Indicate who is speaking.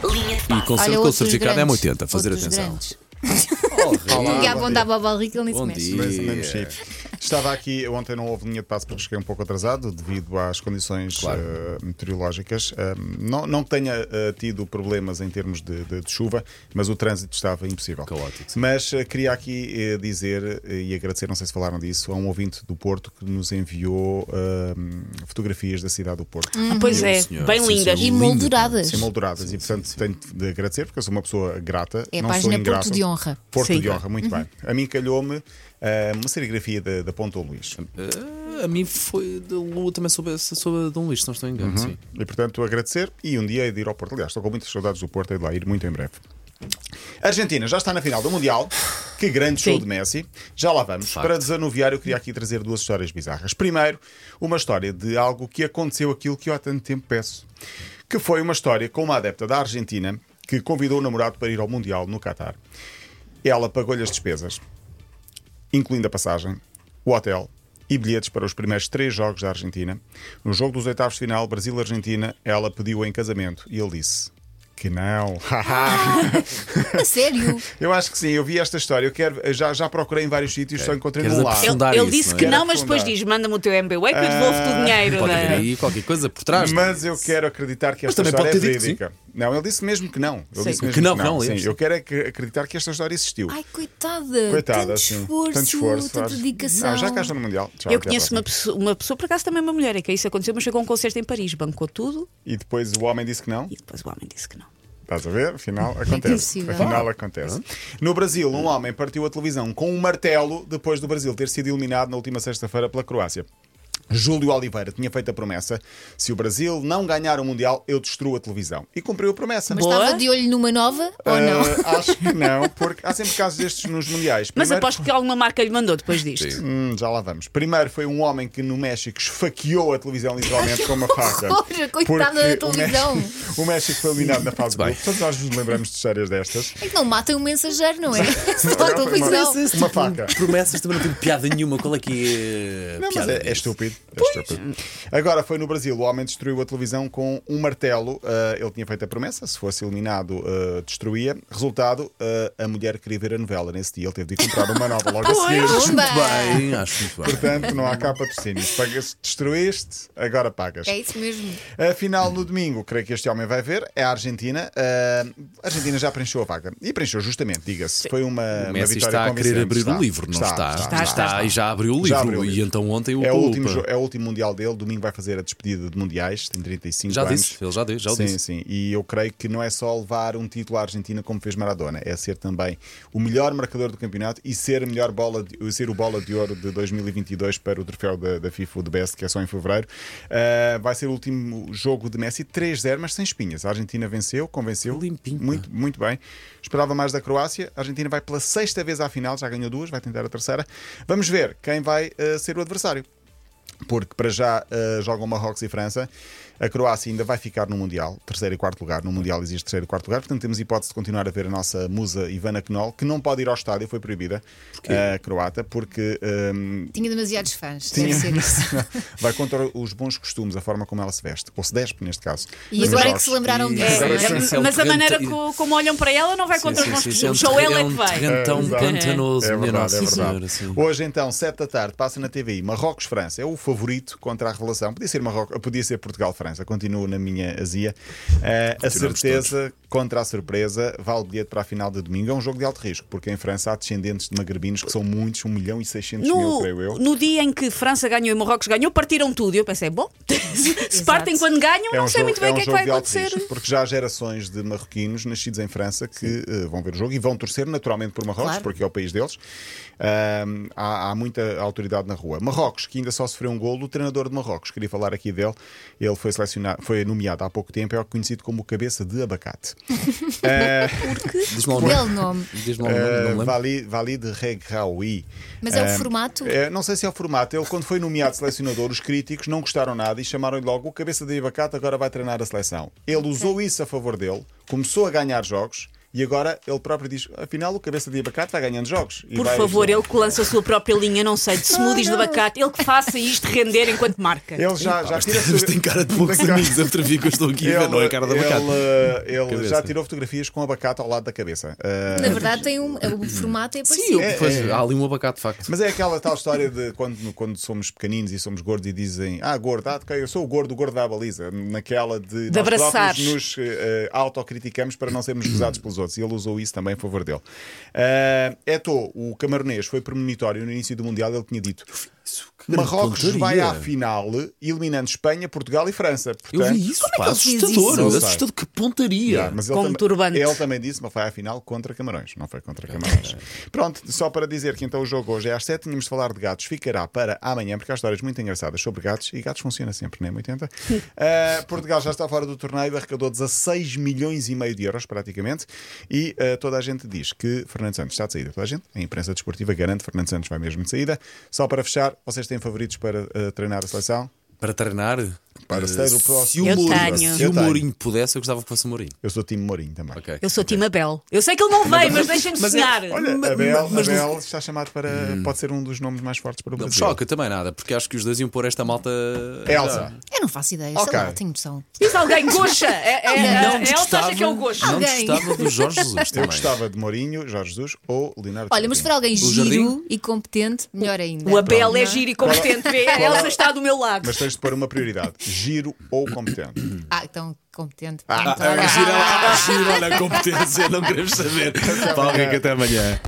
Speaker 1: concerto,
Speaker 2: Olha, outros
Speaker 1: concerto certificado é
Speaker 2: grandes,
Speaker 1: 80, fazer
Speaker 2: outros
Speaker 1: atenção. Ah,
Speaker 2: grandes. Ninguém apontava a barriga, ele nem se
Speaker 1: Bom
Speaker 2: mexe.
Speaker 1: dia.
Speaker 3: Mas mesmo chip. é. Estava aqui, ontem não houve linha de passo porque cheguei um pouco atrasado devido às condições
Speaker 1: Claro.
Speaker 3: eh, meteorológicas. Eh, não, não que tenha eh, tido problemas em termos de, de- de chuva, mas o trânsito estava impossível.
Speaker 1: Caótico,
Speaker 3: Mas eh, queria aqui eh, dizer eh, e agradecer, não sei se falaram disso, a um ouvinte do Porto que nos enviou eh, fotografias da cidade do Porto.
Speaker 4: Pois é,
Speaker 1: senhor,
Speaker 4: bem
Speaker 1: sim, senhor.
Speaker 4: lindas.
Speaker 2: E
Speaker 1: Lindo.
Speaker 2: molduradas.
Speaker 3: Sim, molduradas e portanto tenho de agradecer porque eu sou uma pessoa grata.
Speaker 2: É a
Speaker 3: não sou
Speaker 2: página Porto
Speaker 3: ingrato.
Speaker 2: de Honra. Uhum.
Speaker 3: Porto
Speaker 4: Sim.
Speaker 3: de Honra, muito bem. A mim calhou-me ah, uma serigrafia da, da Ponta ao Luís.
Speaker 1: Ah, A mim foi de Lu também soube, soube de um lixo, se não estou
Speaker 3: Uhum.
Speaker 1: engano. Sim.
Speaker 3: E portanto agradecer e um dia hei de ir ao Porto. Aliás, estou com muitas saudades do Porto, hei de lá ir muito em breve. A Argentina já está na final do Mundial. Que grande show
Speaker 4: Sim.
Speaker 3: de Messi. Já lá vamos.
Speaker 1: facto.
Speaker 3: Para desanuviar, eu queria aqui trazer duas histórias bizarras. Primeiro, uma história de algo que aconteceu aquilo que eu há tanto tempo peço. Que foi uma história com uma adepta da Argentina que convidou o namorado para ir ao Mundial no Catar. Ela pagou-lhe as despesas, incluindo a passagem, o hotel e bilhetes para os primeiros três jogos da Argentina. No jogo dos oitavos de final, Brasil-Argentina, ela pediu em casamento e ele disse que não.
Speaker 2: A sério?
Speaker 3: eu acho que sim, eu vi esta história. Eu quero, eu já, já procurei em vários sítios, só encontrei
Speaker 1: Queres
Speaker 3: num lado.
Speaker 1: aprofundar?
Speaker 4: Ele, ele disse
Speaker 1: isso, não é? Ah,
Speaker 4: que
Speaker 3: Era
Speaker 4: não, mas depois
Speaker 3: afundar.
Speaker 4: diz: manda-me o teu MBWay é que eu devolvo-te o dinheiro. é?
Speaker 1: Pode haver
Speaker 4: da-
Speaker 1: aí qualquer coisa por trás.
Speaker 3: Mas eu quero acreditar que
Speaker 1: Mas
Speaker 3: esta
Speaker 1: também
Speaker 3: história é
Speaker 1: pode ter dito
Speaker 3: verídica. Não, ele disse mesmo que não. Ele
Speaker 2: Sim.
Speaker 3: disse mesmo
Speaker 1: Que não, que não,
Speaker 3: Sim,
Speaker 1: ele-
Speaker 3: eu quero é que- acreditar que esta história existiu.
Speaker 2: Ai, coitada.
Speaker 3: Coitada,
Speaker 2: tanto,
Speaker 3: assim,
Speaker 2: esforço,
Speaker 3: tanto esforço,
Speaker 2: tanta
Speaker 3: acho.
Speaker 2: dedicação.
Speaker 3: Não, já cá está no Mundial. Tchau,
Speaker 4: Eu
Speaker 3: até à
Speaker 4: conheço
Speaker 3: próxima.
Speaker 4: uma pessoa, uma pessoa, por acaso também uma mulher, é que isso aconteceu, mas chegou a um concerto em Paris, bancou tudo
Speaker 3: E depois o homem disse que não.
Speaker 4: e depois o homem disse que não.
Speaker 3: Estás a ver? Afinal acontece.
Speaker 2: É impossível.
Speaker 3: Afinal acontece. No Brasil, um homem partiu a televisão com um martelo depois do Brasil ter sido eliminado na última sexta-feira pela Croácia. Júlio Oliveira tinha feito a promessa: se o Brasil não ganhar o Mundial, eu destruo a televisão. E cumpriu a promessa.
Speaker 2: Mas
Speaker 4: Boa.
Speaker 2: estava de olho numa nova ou não?
Speaker 3: Ah, acho que não, porque há sempre casos destes nos Mundiais.
Speaker 4: Mas
Speaker 3: Primeiro-
Speaker 4: aposto que alguma marca lhe mandou depois disto.
Speaker 3: Hum, já lá vamos. Primeiro foi um homem que no México esfaqueou a televisão literalmente com uma faca.
Speaker 2: horror! Coitada da
Speaker 3: Porque
Speaker 2: televisão.
Speaker 3: O México, o México foi eliminado na fase de
Speaker 1: bem.
Speaker 3: grupo. Todos nós nos lembramos de histórias destas.
Speaker 2: É que não matem um mensageiro, não é? Só a
Speaker 3: Agora foi
Speaker 2: televisão.
Speaker 3: uma-
Speaker 1: Promessas,
Speaker 3: Uma
Speaker 1: tipo,
Speaker 3: faca.
Speaker 1: Promessas também não tem piada nenhuma. Qual é que é. a
Speaker 3: Não, mas
Speaker 1: piada
Speaker 3: é, é
Speaker 1: disso?
Speaker 3: estúpido. É estúpido. Agora foi no Brasil. O homem destruiu a televisão com um martelo. Ah, ele tinha feito a promessa: se fosse eliminado, ah, destruía. Resultado: ah, a mulher queria ver a novela nesse dia. Ele teve de ir comprar uma nova logo a seguir.
Speaker 2: Pumba!
Speaker 1: Muito bem, acho muito bem.
Speaker 3: Portanto, não há capa de cine. Pagas- Destruíste, agora pagas.
Speaker 2: É isso mesmo.
Speaker 3: Afinal, no domingo, creio que este homem vai ver, é a Argentina. Ah, a Argentina já preencheu a vaga. E preencheu justamente, diga-se. Foi uma,
Speaker 1: O
Speaker 3: é uma
Speaker 1: Messi
Speaker 3: vitória
Speaker 1: está a querer
Speaker 3: convincente.
Speaker 1: abrir
Speaker 3: Está,
Speaker 1: o livro, não está?
Speaker 4: está, está.
Speaker 1: e já abriu o livro.
Speaker 3: Já abriu o
Speaker 1: E
Speaker 3: livro.
Speaker 1: então ontem o
Speaker 3: É o,
Speaker 1: Pulpa.
Speaker 3: último, jo- é o último mundial dele. Domingo vai fazer a despedida de mundiais. Tem 35
Speaker 1: Já
Speaker 3: anos.
Speaker 1: disse, ele já disse, já o
Speaker 3: sim,
Speaker 1: disse.
Speaker 3: sim. E eu creio que não é só levar um título à Argentina como fez Maradona, é ser também o melhor marcador do campeonato e ser, a melhor bola de- ser o bola de ouro de 2022 para o troféu da, da FIFA de Best, que é só em fevereiro. Ah, vai ser o último jogo de Messi, 3-0, mas sem espinhas. A Argentina venceu, convenceu.
Speaker 1: Limpinho.
Speaker 3: Muito, muito bem. Esperava mais da Croácia. A Argentina vai pela sexta vez à final, já ganhou duas, vai tentar a terceira. Vamos ver quem vai ah, ser o adversário porque para já eh, jogam Marrocos e França. A Croácia ainda vai ficar no Mundial, terceiro e quarto lugar. No Mundial existe terceiro e quarto lugar, portanto temos hipótese de continuar a ver a nossa musa Ivana Knol, que não pode ir ao estádio, foi proibida, a croata, porque ehm,
Speaker 2: Tinha demasiados fãs.
Speaker 3: tinha-
Speaker 2: Deve ser isso.
Speaker 3: vai contra os bons costumes, a forma como ela se veste, ou se despe neste caso.
Speaker 2: E
Speaker 3: nos
Speaker 2: agora é que
Speaker 3: jogos.
Speaker 2: se lembraram
Speaker 1: E-
Speaker 2: disso.
Speaker 1: Sim,
Speaker 4: É,
Speaker 2: não
Speaker 1: sim,
Speaker 2: é?
Speaker 1: sim, é um
Speaker 4: mas a
Speaker 1: terreno-
Speaker 4: maneira co- como olham para ela não vai É contra os bons costumes, só ela é que vai.
Speaker 1: um É um terreno tão
Speaker 3: Exato.
Speaker 1: pantanoso, assim,
Speaker 3: É
Speaker 1: minha
Speaker 3: verdade,
Speaker 1: nossa
Speaker 3: é
Speaker 1: senhora.
Speaker 3: verdade.
Speaker 1: sim.
Speaker 3: Hoje, então, 7 da tarde, passa na TVI Marrocos-França. É o favorito contra a revelação. Podia ser, Marrocos, podia ser Portugal-França. Continuo na minha azia. Eh, a certeza contra a surpresa vale o bilhete para a final de domingo. É um jogo de alto risco, porque em França há descendentes de magrebinos que são muitos, 1 milhão e 600 mil, creio eu.
Speaker 4: No, no dia em que França ganhou e Marrocos ganhou, partiram tudo. Eu pensei, bom, se partem quando ganham,
Speaker 1: um
Speaker 3: um
Speaker 4: não sei muito bem o que é que vai
Speaker 3: de alto
Speaker 4: acontecer.
Speaker 3: risco, porque já há gerações de marroquinos nascidos em França que eh, vão ver o jogo e vão torcer naturalmente por Marrocos,
Speaker 2: Claro.
Speaker 3: porque é o país deles. Ahm, há, há muita autoridade na rua. Marrocos, que ainda só sofreu um golo, o treinador de Marrocos, queria falar aqui dele. Ele foi selecionado, foi nomeado há pouco tempo, é o conhecido como cabeça de abacate.
Speaker 1: Diz-me lá o
Speaker 2: Belo
Speaker 1: nome.
Speaker 2: nome.
Speaker 1: Diz-me lá o nome, não me lembro.
Speaker 3: Valide, Eh, Valide Regraoui.
Speaker 2: Mas é o formato?
Speaker 3: É, não sei se é o formato. Ele, quando foi nomeado selecionador, os críticos não gostaram nada e chamaram-lhe logo o cabeça de abacate, agora vai treinar a seleção. Ele usou isso a favor dele, começou a ganhar jogos E agora ele próprio diz: afinal, o cabeça de abacate vai ganhando jogos. E
Speaker 4: Por
Speaker 3: vai-
Speaker 4: favor, ele que lança a sua própria linha, não sei, de smoothies de abacate, ele que faça isto render enquanto marca.
Speaker 3: Ele já, já tira.
Speaker 1: Isto tem cara de poucos amigos a fotografia que eu estou aqui a ver, não é cara de abacate.
Speaker 3: Ele, ele
Speaker 1: Cabeça.
Speaker 3: já tirou fotografias com abacate ao lado da cabeça. Ah,
Speaker 2: Na verdade, tem um, o formato é
Speaker 1: Sim,
Speaker 2: parecido.
Speaker 1: eu- pois, há ali um abacate, de facto.
Speaker 3: Mas é aquela tal história de quando, quando somos pequeninos e somos gordos e dizem Ah, gordo, ah, ok, eu sou o gordo, o gordo da baliza. Naquela de, nós
Speaker 4: abraçar.
Speaker 3: próprios nos eh, eh, autocriticamos para não sermos gozados pelos outros. E ele usou isso também a favor dele. Ah, Eto'o, o camaronês, foi premonitório no início do Mundial. Ele tinha dito: Marrocos
Speaker 1: pontaria.
Speaker 3: vai à final, eliminando Espanha, Portugal e França.
Speaker 1: Eu
Speaker 3: Portanto,
Speaker 1: vi isso,
Speaker 4: Como é que
Speaker 1: pá,
Speaker 4: ele fez
Speaker 1: assustador,
Speaker 4: isso?
Speaker 3: Não sei.
Speaker 1: assustador, que pontaria.
Speaker 3: Yeah, mas ele
Speaker 4: Como
Speaker 3: também-
Speaker 4: turbante.
Speaker 3: Ele também disse, mas foi à final contra Camarões, não foi contra Camarões. Pronto, só para dizer que então o jogo hoje é às 7, tínhamos de falar de gatos, ficará para amanhã, porque há histórias muito engraçadas sobre gatos e gatos funciona sempre, não é? 80. Uh, Portugal já está fora do torneio, arrecadou 16 milhões e meio de euros praticamente, e uh, toda a gente diz que Fernando Santos está de saída, toda a gente, a imprensa desportiva garante que Fernando Santos vai mesmo de saída. Só para fechar, vocês têm favoritos para uh, treinar a seleção?
Speaker 1: Para treinar,
Speaker 3: Para
Speaker 1: eh,
Speaker 3: ser o
Speaker 1: se
Speaker 3: próximo.
Speaker 1: o,
Speaker 4: Eu
Speaker 1: Mourinho,
Speaker 4: tenho.
Speaker 1: se
Speaker 3: Eu
Speaker 1: o
Speaker 3: tenho.
Speaker 1: Mourinho pudesse, eu gostava que fosse o Mourinho.
Speaker 3: Eu sou time Mourinho também.
Speaker 1: Ok.
Speaker 4: Eu sou Tim Abel. Eu sei que ele não veio, mas deixem-me
Speaker 1: Mas é-
Speaker 4: sonhar.
Speaker 3: Olha,
Speaker 1: Ma-
Speaker 3: Abel,
Speaker 1: mas não-
Speaker 3: Abel está chamado para. Pode ser um dos nomes mais fortes para o
Speaker 1: Não me
Speaker 3: Brasil.
Speaker 1: Hum. choca Ah, também nada, porque acho que os dois iam pôr esta malta. eh,
Speaker 3: Elsa.
Speaker 2: Eu não faço ideia,
Speaker 3: Ok.
Speaker 2: sei lá, tenho noção.
Speaker 4: Diz alguém, goxa. É, é, é,
Speaker 2: Não,
Speaker 4: é, Elsa acha que é o goxa.
Speaker 1: Não
Speaker 2: Alguém.
Speaker 1: gostava do Jorge Jesus
Speaker 3: Eu
Speaker 1: também.
Speaker 3: gostava de Mourinho, Jorge Jesus ou Leonardo
Speaker 2: Olha, mas
Speaker 3: Jardim.
Speaker 2: para alguém giro
Speaker 1: jardim?
Speaker 2: e competente, melhor ainda.
Speaker 4: O Abel é
Speaker 2: Não?
Speaker 4: giro e competente. vê? A Elsa está do meu lado.
Speaker 3: Mas tens de pôr uma prioridade: giro ou competente.
Speaker 2: Ah, então competente.
Speaker 3: Ah,
Speaker 1: é um
Speaker 2: Então, olha.
Speaker 1: Gira lá, gira lá a competência, não queremos saber. Paulo Rico, até amanhã.